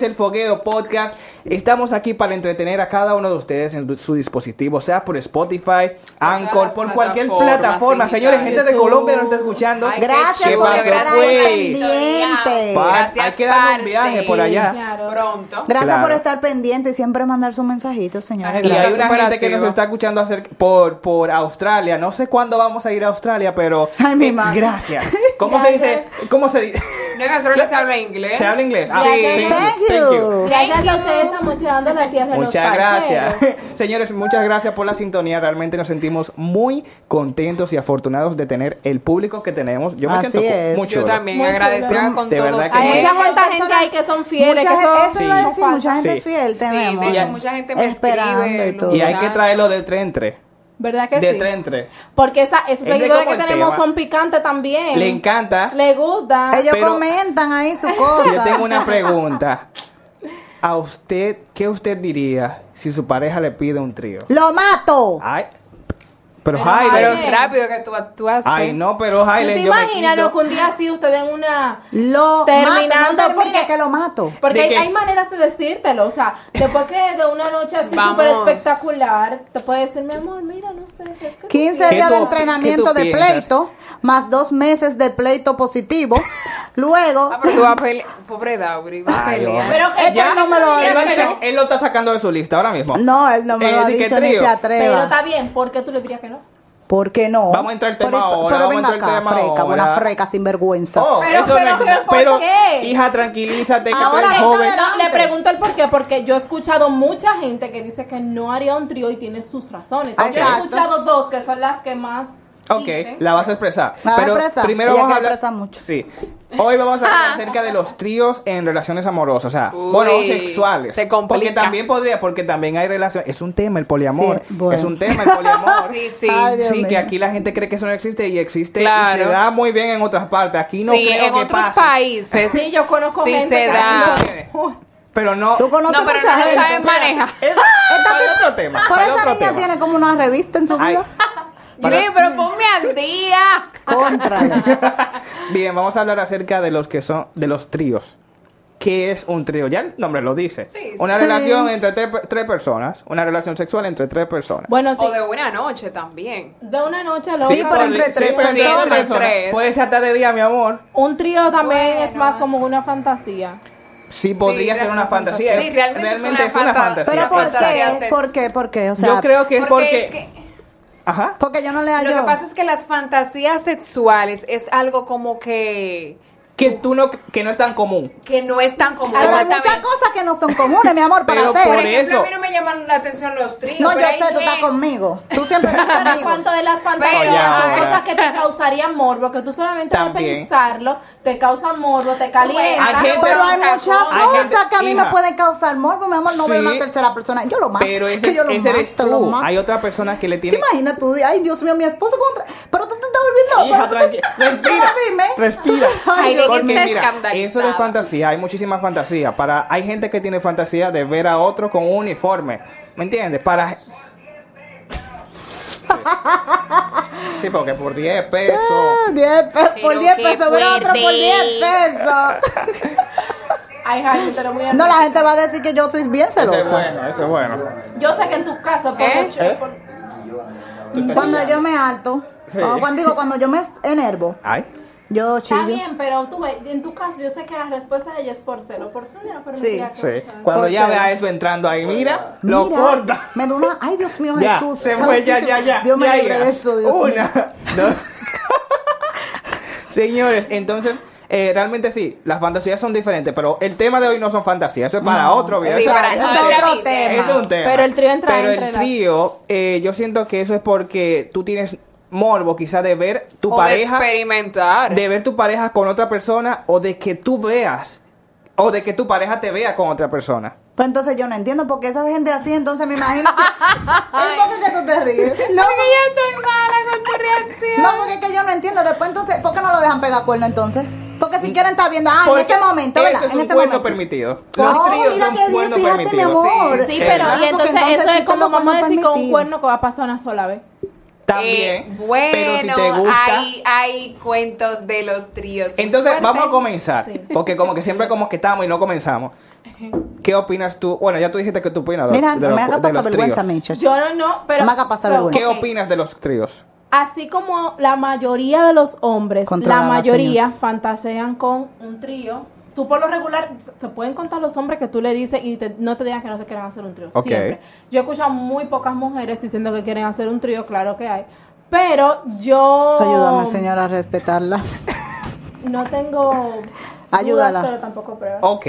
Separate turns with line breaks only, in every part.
el Fogueo Podcast. Estamos aquí para entretener a cada uno de ustedes en su dispositivo, sea por Spotify, Anchor, por cualquier plataforma. Señores, gente de Colombia nos está escuchando.
Ay, Gracias
¿Qué
por
pasó,
estar ahí
pues?
pendiente.
Par-
Gracias,
Hay que darle un
parce.
viaje por allá.
Claro. Pronto.
Gracias
Claro.
por estar pendiente y siempre mandar sus mensajitos, señores.
Y
Está
hay una
súper
gente que nos
activa.
está escuchando acerca- por, por Australia. No sé cuándo vamos a ir a Australia, pero. eh,
Ay, mi madre.
Gracias. ¿Cómo se dice? ¿Cómo se dice?
No, que solo les habla inglés.
¿Se habla inglés? Ah,
¿Eh?
Gracias.
Thank you.
Gracias a ustedes estamos llevando la tierra a los
Muchas gracias.
parceros.
Señores, muchas gracias por la sintonía. Realmente nos sentimos muy contentos y afortunados de tener el público que tenemos. Yo me
Así
siento cu-
es.
muy
Yo
chulo.
también
Muy
agradecida
chulo.
con
De
todos.
verdad que
Hay
sí.
ellos.
mucha gente ahí que son fieles,
Mucha
que
gente-
son...
eso iba a
Sí.
decir, mucha gente
Sí.
fiel
Sí,
tenemos.
de hecho,
Y-
mucha gente me
Esperando
escribe.
y todo.
Y hay que
muchachos.
traerlo de Trentre.
¿Verdad que
De
sí?
Trentre.
Porque esa, esos
Ese es
seguidores
como
que
el
tenemos
tema.
son picantes también.
Le encanta.
Eh, Le gusta.
Ellos
Pero-
comentan ahí su
Yo
cosa.
tengo una pregunta. A usted, ¿qué usted diría si su pareja le pide un trío?
¡Lo mato!
Ay. Pero
Ay, Pero
Jaile.
rápido que tú actuaste.
Ay, no, pero
¿Tú
Jaile.
te
yo me
imaginas
quito.
no, que un día así ustedes en una...
Lo
Terminando,
mato. No termine
porque-
que lo mato.
Porque
¿De
hay,
qué?
hay maneras de decírtelo, o sea, después que de una noche así
Vamos.
súper espectacular, te puede decir, mi amor, mira, no sé. ¿qué- qué-
15
¿Qué
días
tú
de
opi- qué
entrenamiento
tú
de
piensas?
pleito, más dos meses de pleito positivo. Luego,
Ah, pero tú vas a pelear. Pobre Dauri, vas a
Ay,
pelear.
hombre.
Pero que
Ella
porque
no me lo
tú
Él,
dirías,
lo
pero-
está- él lo está sacando de su lista ahora mismo.
no, él no me
Eh,
lo ha
¿de qué
dicho ni
trío?
se
Pero
atreva.
está bien, ¿por qué tú le dirías que no?
¿Por qué no?
Vamos a entrar al tema
pero,
ahora, vamos a
Pero venga
entrar al
acá,
tema
freca,
ahora.
buena freca, sinvergüenza.
Oh,
Pero-
eso
pero-
no es-
pero, ¿por
pero,
qué?
hija, tranquilízate que
Ahora
tú eres
le
joven.
echan adelante.
Le pregunto el por qué, porque yo he escuchado mucha gente que dice que no haría un trío y tiene sus razones. Yo he
Exacto.
escuchado dos que son las que más
Ok,
dicen.
la vas a expresar.
La voy a
pero
expresar.
primero
Ella
vamos a
quiere
hablar.
expresar mucho. Ah.
Sí. Hoy vamos a hablar acerca de los tríos en relaciones amorosas, o sea,
Uy,
bueno, sexuales.
se
Porque
complica.
también podría, porque también hay relaciones. Es un tema el poliamor.
Sí, bueno.
Es un tema el poliamor.
Sí, sí.
Ay, Dios
Sí, que
mío.
aquí la gente cree que eso no existe y existe
Claro.
y se da muy bien en otras partes. Aquí no
sí,
creo
en
que
otros
pase.
países.
Sí, yo conozco
Sí
gente
se
que
da.
Uy,
Pero no.
Tú conoces
No, pero
mucha
no lo
gente.
saben manejar.
Es, para
tipa-
otro tema.
Por
para
esa
otro
niña
tema.
tiene como una revista en su
Ay,
vida.
para-
Sí, pero ponme al día.
Contra.
Bien, vamos a hablar acerca de los que son de los tríos. ¿Qué es un trío? Ya el nombre lo dice.
Sí,
una
sí.
relación entre tres, per- tres personas, una relación sexual entre tres personas.
Bueno, sí.
O de una noche también.
De una noche a la
Sí,
otra.
pero
Por-
entre
sí,
tres
pero entre
personas.
tres
Tres.
Puede ser hasta de día, mi amor.
Un trío también es más como una fantasía.
Sí, podría
Sí,
ser una
realmente
fantasía.
sí, realmente es una
es una
fanta-
fantasía.
Pero ¿por
fantasía
qué?
sexo.
¿Por qué? ¿Por qué? O sea,
Yo creo que es porque.
Porque es que-
Ajá.
porque yo no le hallo.
Lo que pasa es que las fantasías sexuales es algo como que,
Que tú no. Que no es tan común.
que no es tan común.
Pero hay
Exactamente.
muchas cosas que no son comunes, mi amor, para
Pero
hacer.
Por
Por
ejemplo,
eso.
a mí no me llaman la atención los tríos.
No, yo
pero hay
sé, tú estás
gente-
conmigo. Tú siempre estás
Pero en
conmigo.
cuanto de las
Pero
fantasías,
ya,
son
ahora.
cosas que te causarían morbo, que tú solamente
También.
de pensarlo te causa morbo, te calienta.
Hay gente-
Pero hay
Otra
muchas
cosa.
Hay gente-
cosas que a mí
hija.
me pueden causar morbo, mi amor. No veo
Sí.
una tercera persona. Yo lo mato.
Pero
es
ese,
que yo lo
ese eres
mato, lo
tú.
mato.
Hay otra persona que le
¿Te
tiene.
imaginas tú? Ay, Dios mío, mi esposo contra. Pero tú te estás volviendo.
Hija,
pero tú te-
tranquila. Respira.
Pero dime.
Respira.
Ay,
Dios
Porque
mío.
mira,
Escandalizada.
eso de fantasía, hay muchísimas fantasías. Para, hay gente que tiene fantasía de ver a otro con un uniforme. ¿Me entiendes? Para. Sí, Sí, porque por 10 pesos.
Ah, 10 pe- por
Pero
10
qué
pesos, ver otro por
fuerte.
10 pesos.
Ay, Jaime, te lo voy a
No, la
decir.
gente va a decir que yo soy bien
Eso es
celosa.
bueno, eso es bueno.
Yo sé que en tus casos, porque
¿Eh?
yo-
¿Eh?
por-
Cuando yo me harto,
Sí.
o cuando digo, cuando yo me enervo,
Ay.
yo
está
chillo.
bien, pero tú, ve, en tu caso, yo sé que la respuesta de ella es por cero, por cero, pero
Sí.
mentira, que
Sí.
no sabes.
Cuando
Por
ya
cero.
vea eso entrando ahí, mira,
Mira,
lo corta.
Me da una. Ay, Dios mío,
Ya,
Jesús.
se fue, ya, ya,
santísimo.
ya.
Dios me
ya
libre de
irás.
eso, Dios mío.
Una, dos. Señores, entonces, eh, realmente sí, las fantasías son diferentes, pero el tema de hoy no son fantasías, eso es para otro video.
Sí,
eso
para-
eso
eso
es
es
otra
otro
vida.
tema.
es un tema.
Pero el trío entra
Pero
entre
el
las-
trío, eh, yo siento que eso es porque tú tienes morbo quizá de ver tu
O de
pareja,
experimentar.
de ver tu pareja con otra persona o de que tú veas, o de que tu pareja te vea con otra persona.
Pues entonces yo no entiendo por qué esa gente así, entonces me imagino que... es porque que tú te ríes. No, porque-
Yo estoy mala con tu reacción.
no, porque es que yo no entiendo. Después entonces, ¿por qué no lo dejan pegar cuerno entonces? Porque si quieren estar viendo, ah, en
Porque
este momento,
ese
¿verdad?
es
en
un
este
cuerno
momento.
permitido.
Oh,
Los tríos
mira
son
qué bien,
cuerno
fíjate, mi
permitido.
amor.
Sí,
Sí,
Eh,
pero
¿verdad?
y
Porque
entonces,
entonces
eso
sí
es
te
como
lo
vamos a
pueden
decir con un
permitir.
cuerno que va a pasar una sola vez.
También.
Eh, bueno,
pero si te gusta.
Hay, hay cuentos de los tríos. muy
Entonces, vamos a
fuertes.
comenzar.
Sí.
Porque como que siempre como que estamos y no comenzamos. ¿Qué opinas tú? Bueno, ya tú dijiste que tú opinas de los-
Mira,
de los,
me haga
de
pasar
los
vergüenza,
tríos.
Micho.
Yo no, no, pero.
Me haga pasar
so,
vergüenza.
¿Qué
ok.
opinas de los tríos?
Así como la mayoría de los hombres,
Controlada,
la mayoría fantasean con un trío. Tú por lo regular, s- se pueden contar los hombres que tú le dices y te- no te digan que no se quieren hacer un trío.
Ok.
Siempre. Yo he escuchado muy pocas mujeres diciendo que quieren hacer un trío, claro que hay. Pero yo
Ayúdame, señora, a respetarla.
no tengo
Ayúdala.
dudas, pero tampoco pruebas.
Ok.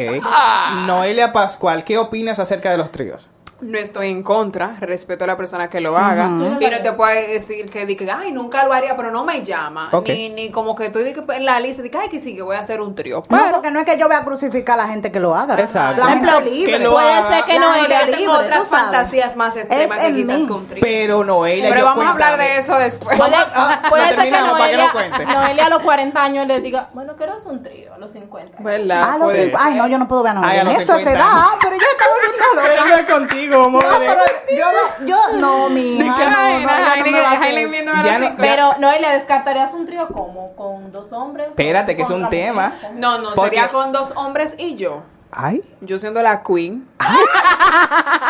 Noelia Pascual, ¿qué opinas acerca de los tríos?
No estoy en contra, respeto a la persona que lo haga. Y no te puedes decir que, di que, ay, nunca lo haría, pero no me llama.
Ok.
Ni, ni como que estoy di que en la lista, di que, ay, que sí, que voy a hacer un trío.
No,
Pero
porque no es que yo voy a crucificar a la gente que lo haga.
Exacto.
La
Por
gente
ejemplo,
libre.
que lo
puede
haga.
ser que no
Claro,
era.
yo
libre,
tengo
tú
otras
sabes.
fantasías más extremas
Es
que
en
quizás
mí.
que un trío.
Pero Noelia.
Pero
yo
vamos a hablar
cuéntame.
de eso después.
Puede,
ah,
puede
no
ser que
terminamos, para que
Noelia,
no cuente.
Noelia a los 40 años le diga, bueno, quiero hacer un trío a los 50.
¿Verdad? Pues,
A
Ah,
los
Puede
Puede
cinco-
ser.
Ay, no, yo no puedo ver a
Ay,
nadie.
a los
Eso se
50
da,
años.
pero yo estaba volviendo loca.
Pero no es contigo,
No,
madre.
pero yo no, yo no, mi hija,
que,
no,
ay,
no, ya no me va a hacer eso.
a los Ya no- cinco.
Pero Noelia, ¿descartarías un trío como? ¿Con dos hombres?
Espérate, que es
¿Con
un
otra mujer?
tema.
No, no,
Porque-
sería con dos hombres y yo.
Ay.
Yo siendo la queen.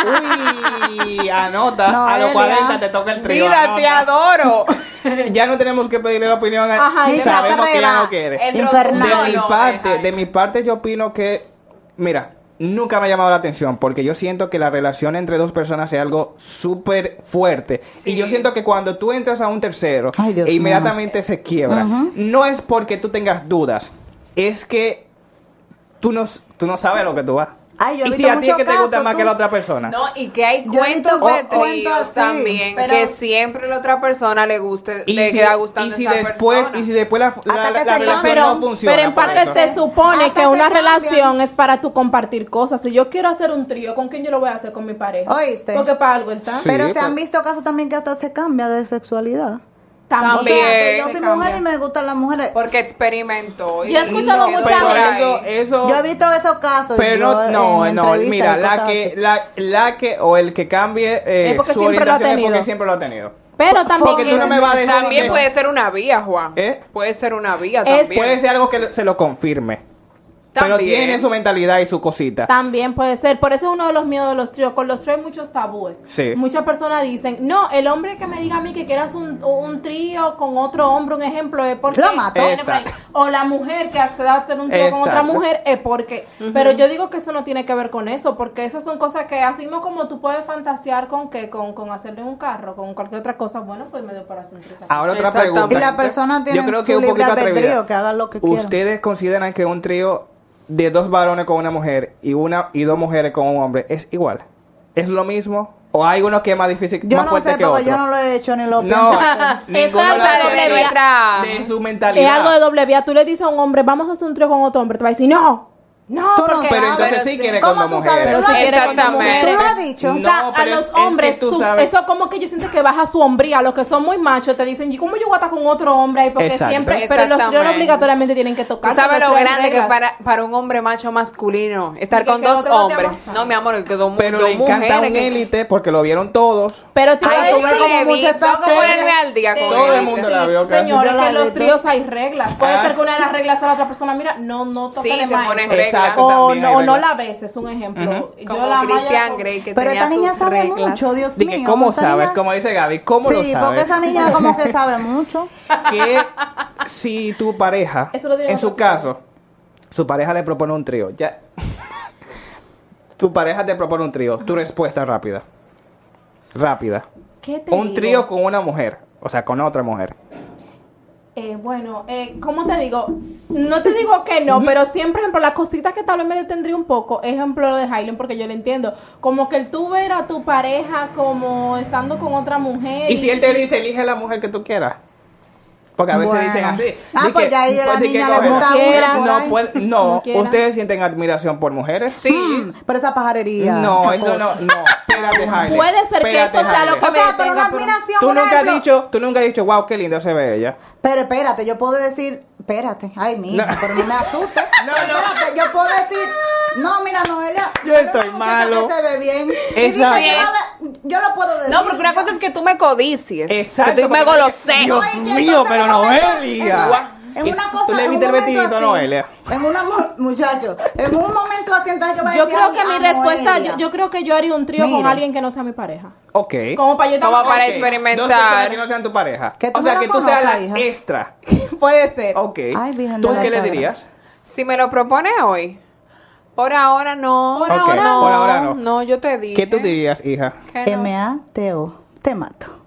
Uy, anota. a los
Noelia.
40 te toca el trío.
Mira,
anota.
te adoro.
Ya no tenemos que pedirle la opinión a
Ajá, y de
Sabemos
la
que ya
carrera.
no quiere.
El
Infernal.
de
rotundo
mi
no,
parte,
ay.
de mi parte yo opino que, mira, nunca me ha llamado la atención porque yo siento que la relación entre dos personas es algo súper fuerte y
Sí.
yo siento que cuando tú entras a un tercero
Ay, Dios
e inmediatamente se quiebra. No es porque tú tengas dudas, es que tú no, tú no sabes a lo que tú vas.
Ay, yo he
y si
visto
a ti es que
mucho
te gusta
caso,
más
tú-
que la otra persona.
No, y que hay
Yo he
cuentos
visto
de
cu- cuentos
tríos
así,
también
pero-
que siempre la otra persona le guste,
Y
le
si,
queda gustando
y si
esa
después
persona.
y si después la, la-
Hasta que
la
se
relación
cambie.
no funciona pues.
pero en
por
parte
eso.
se supone
Hasta
que
se
una
cambian.
relación es para tú compartir cosas. Si yo quiero hacer un trío, ¿con quién yo lo voy a hacer? Con mi pareja.
¿Oíste?
Porque para algo está.
Sí,
Pero se
pero-
han visto casos también que hasta se cambia de sexualidad.
También.
O sea, que yo
se
soy
cambia.
mujer y me gustan las mujeres.
porque experimentó. y-
Yo he escuchado
y se quedó
mucha
pero
por
gente.
eso,
ahí.
eso
Yo he visto esos casos.
Pero
yo,
no, no,
en
no,
entrevistas
mira,
y
la
cosas
que,
así.
la, la que o el que cambie eh,
Es porque
su
siempre lo ha
orientación es porque
tenido.
siempre lo ha tenido.
Pero también
Porque tú no
es-
me vas a decir
También
que-
puede ser una vía, Juan.
¿Eh?
Puede ser una vía
Es-
también.
Puede ser algo que lo- se lo confirme. Pero
También.
tiene su mentalidad y su cosita.
También puede ser, por eso es uno de los miedos de los tríos. Con los tríos hay muchos tabúes.
Sí.
Muchas personas dicen, no, el hombre que me diga a mí que quieras un, un trío con otro hombre, un ejemplo, es porque.
Lo mato.
Exacto.
O la mujer que acceda a tener un trío con otra
Exacto.
mujer es porque. Pero yo digo que eso no tiene que ver con eso, porque esas son cosas que, así mismo como tú puedes fantasear con que, con, con hacerle un carro, con cualquier otra cosa, bueno, pues me dio para hacer un trío.
Ahora otra
Exactamente.
pregunta.
Y la persona tiene
Yo creo que
su
un poquito
libre albedrío,
atrevida.
que haga lo que quiera.
¿Ustedes consideran que un trío de dos varones con una mujer y una y dos mujeres con un hombre es igual? ¿Es lo mismo? ¿O hay uno que es más difícil,
Yo
más
no
fuerte
sé,
que
porque
otro?
yo no lo he hecho ni lo
No,
pienso hacer.
ninguno
Eso es
lo ha
algo
hecho.
de
nuestra-
de su
Es
mentalidad.
algo de doble vía. Tú le dices a un hombre, vamos a hacer un trío con otro hombre, te va a decir, no, no,
Tú no
porque.
Pero
Ah,
entonces
pero
sí
sí.
quiere con
¿Cómo
dos
tú
mujeres.
sabes?
Pero
Tú
si
lo has
quieres
dicho.
con tu
Exactamente.
mujer.
Tú lo has dicho.
O sea,
No,
a
pero es-
los
es que
hombres,
tú
su-
sabes-
eso como que yo siento que baja su hombría. Los que son muy machos te dicen, ¿y cómo yo voy a estar con otro hombre ahí? Porque
Exacto.
siempre. Pero los tríos
Exactamente.
obligatoriamente tienen que tocar.
Tú sabes lo grande que
reglas.
para, para un hombre macho masculino estar
Porque
con
que
dos
otro no te
hombres.
abraza.
No, mi amor, que dos, mu-
Pero
dos
le encanta
mujeres
un
que-
élite porque lo vieron todos.
Pero tú
Ay,
vas a
tú ves
decir-
como
que
mucho
vi-
esta
¿cómo vuelve
serie?
al día con
Todo el
élite?
mundo la vio, casi.
Señores,
Yo
que
la
en los
vi,
tríos hay reglas. Puede
Ah.
ser que una de las reglas sea la otra persona, mira, no, no toca
Sí, se pone regla.
Exacto,
O
también
no,
hay
o no
reglas.
la beses, un ejemplo. Yo
Como
la malla
Christian
con-
Grey que
Pero
tenía
esta niña
sus
sabe
reglas.
mucho, Dios
Dije,
mío.
¿cómo
esta
sabes?
niña-
Como dice Gaby, ¿cómo lo
Sí, porque
sabes?
esa niña como que sabe mucho.
Que si tu pareja,
Eso lo digo
en su
otra
caso, su pareja le propone un trío, ya. tu pareja te propone un trío, tu respuesta rápida. Rápida.
¿Qué te
Un
digo?
trío con una mujer, o sea, con otra mujer.
Eh, bueno, eh, ¿cómo te digo? No te digo que no, pero siempre, por ejemplo, las cositas que tal vez me detendría un poco, ejemplo lo de Jalen, porque yo lo entiendo. Como que el tú ver a tu pareja como estando con otra mujer.
Y si él te dice, elige la mujer que tú quieras. Porque a veces
Bueno.
dicen así.
Ah,
di
pues
que-
ya ahí a la
pues di que
niña le
cógela.
gusta
Como quiera.
una por
No,
ahí.
puede- no.
Como quiera.
¿Ustedes sienten admiración por mujeres?
Sí.
Pero esa pajarería.
No,
esa
eso no,
cosa.
no. Espérate, Jaime.
Puede ser que
Espérate,
eso sea
Jaime.
lo que-
O sea, pero
Venga,
una
pero-
admiración.
Tú
un
nunca has
ejemplo.
dicho, tú nunca has dicho, wow, qué linda se ve ella.
Pero espérate, yo puedo decir. Espérate, ay, mira,
No.
pero no me asustes.
No, no.
Espérate, yo puedo decir. No, mira, Noelia.
Yo
era
estoy
una muchacha
malo.
Que se ve bien. Y dice
Exacto.
que va a ver- yo lo puedo decir.
No, porque una cosa es que tú me codicies.
Exacto,
Que tú me
porque-
goloses.
Dios
Ay,
mío,
entonces,
pero
en un momento-
Noelia.
en una- En
Y
una
tú
cosa,
le
en
viste
un
el vestidito
momento
a
así,
Noelia.
En una mo- muchacho, en un momento así entonces yo voy a
Yo
decir
creo
ay,
que mi
a
respuesta,
Noelia.
yo, yo creo que yo haría un trío con
Mira.
alguien que no sea mi pareja.
Ok.
Como para yo
Como
tampoco-
para
Ok,
experimentar.
Dos personas que no sean tu pareja.
Que tú
o sea,
no
que
la
tú seas la
conozcas, hija.
extra.
Puede ser.
Ok.
Ay, Virgen
¿Tú
de la
qué le
Sagra.
dirías?
Si me lo propone hoy. Por ahora no.
Ok, ahora no. por ahora no.
No, yo te dije.
¿Qué tú dirías, hija?
que no.
M-A-T-O, te mato.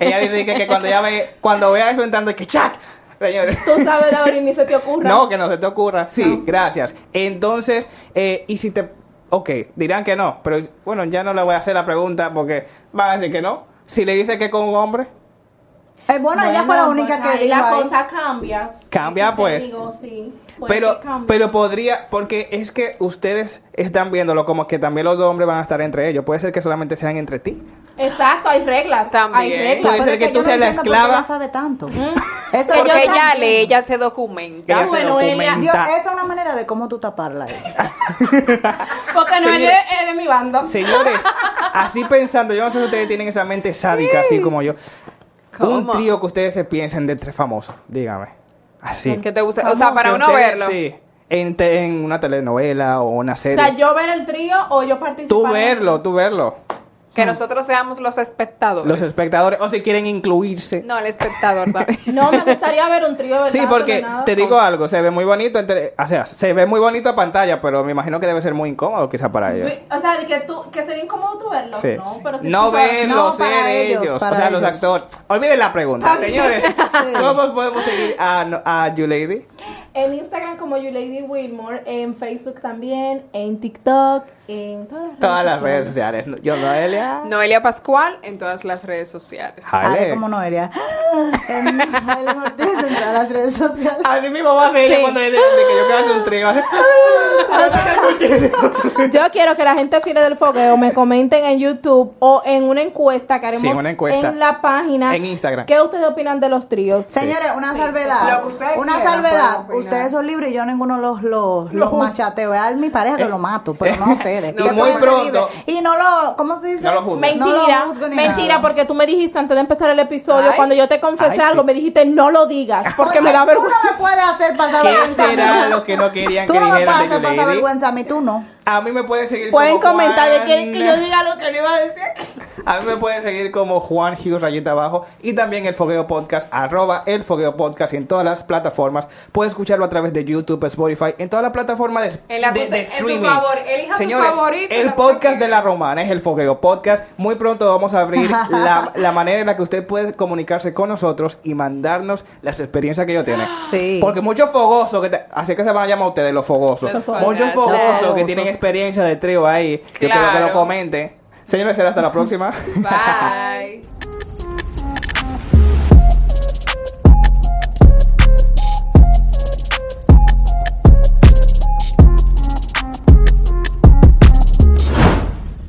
Ella dice que, que cuando ya ve, cuando vea eso entrando, es que ¡chac! Señores.
Tú sabes, Laurín, ni se te ocurra.
No, que no se te ocurra. Sí, gracias. Entonces, eh, y si te. Ok, dirán que no, pero bueno, ya no le voy a hacer la pregunta porque van a decir que no. Si le dice que con un hombre,
Eh, bueno, ella fue la única que
pues ahí
dijo
la
ahí.
cosa cambia.
Cambia,
Sí, te
pues.
digo, sí, puede
pero,
que cambie.
pero podría, porque es que ustedes están viéndolo como que también los dos hombres van a estar entre ellos. Puede ser que solamente sean entre ti.
Exacto, hay reglas.
También.
Hay
Puede
reglas.
Pero
ser
es
que tú
yo no
seas la
entiendo por qué
esclava.
Ella sabe tanto.
Mm.
Porque
Eso
Que yo
ella
también.
lee, ella se
Que
documenta.
ella se
bueno, ella-
documenta.
Dios, esa es una manera de cómo tú taparla. eh.
Porque no es de,
Señores.
es de mi banda.
Señores, así pensando, yo no sé si ustedes tienen esa mente sádica, así como yo. Un
¿Cómo?
trío que ustedes se piensen de tres famosos, dígame. Así.
Que te gusta. O sea,
Si
para uno
ustedes-
verlo.
Sí. En, te- en una telenovela o una
O
serie.
sea, yo ver el trío o yo participar.
tú
en el-
verlo, tú verlo.
Que nosotros seamos los espectadores.
Los espectadores, o si quieren incluirse.
No, el espectador también.
No, me gustaría ver un trío, ¿verdad?
Sí, porque
Pero Pues nada.
te digo algo, se ve muy bonito, entre- o sea, se ve muy bonito a pantalla, pero me imagino que debe ser muy incómodo quizá para ellos.
O sea, de que, tú, que sería incómodo tú verlo.
Sí.
No, pero si
no
tú sabes-
verlo,
No,
ser
para
ellos,
ellos,
o
para
sea, los
ellos.
actores. Olviden la pregunta,
Está bien.
señores. ¿Cómo podemos seguir a, no- a You Lady?
En Instagram como YouLady Wilmore, en Facebook también, en TikTok, en todas las,
Todas las redes sociales. Yo, Noelia.
Noelia Pascual en todas las redes sociales.
Ah. Ale.
Sale como Noelia. En Helen Ortiz en todas las redes sociales.
Así mismo va a seguir
Sí.
cuando le digan de que yo quiero hacer un trío. va a ser-
Yo quiero que la gente fiel del fogueo me comenten en YouTube o en una encuesta que haremos
Sí, una encuesta.
en la página.
En Instagram.
¿Qué ustedes opinan de los tríos?
Señores, una salvedad.
Lo que ustedes
una
quieran,
salvedad.
pueden opinar.
Ustedes son libres y yo ninguno los, los, los machateo. Es a mi pareja que lo mato, pero no a ustedes.
Eh. No,
Ustedes
muy
pueden ser
pronto.
libres. Y no lo, ¿cómo se dice?
No lo juzguen.
Mentira,
No lo juzgo ni
mentira,
nada.
porque tú me dijiste antes de empezar el episodio,
Ay.
cuando yo te confesé
Ay, sí.
algo, me dijiste no lo digas, porque me da vergüenza.
Tú no me puedes hacer pasar
¿Qué
vergüenza. a mí.
será lo que no querían
Tú
que
no me puedes
dijeran de
hacer
You
pasar
Lady?
vergüenza a mí, tú no.
A mí me pueden seguir
Pueden
como
comentar de
Juan-
quieren que yo diga lo que no iba a decir.
A mí me pueden seguir como Juan Hughes Rayeta Abajo y también el Fogueo Podcast, arroba el Fogueo Podcast en todas las plataformas. Puedes escucharlo a través de YouTube, Spotify, en toda la plataforma de,
En la que
de,
usted-
de
en su
streaming.
favor- elija su
Señores,
favorito,
el
la que
podcast
usted
de la romana es el Fogueo Podcast. Muy pronto vamos a abrir la, la manera en la que usted puede comunicarse con nosotros y mandarnos las experiencias que ellos tienen.
Sí.
Porque muchos fogosos, que te- así que se van a llamar ustedes los fogosos.
Los
muchos
fogosos.
fogosos que
Fogosos.
tienen experiencia de trío ahí. Yo creo que lo
Claro.
comenten. Señores, será hasta la próxima.
Bye.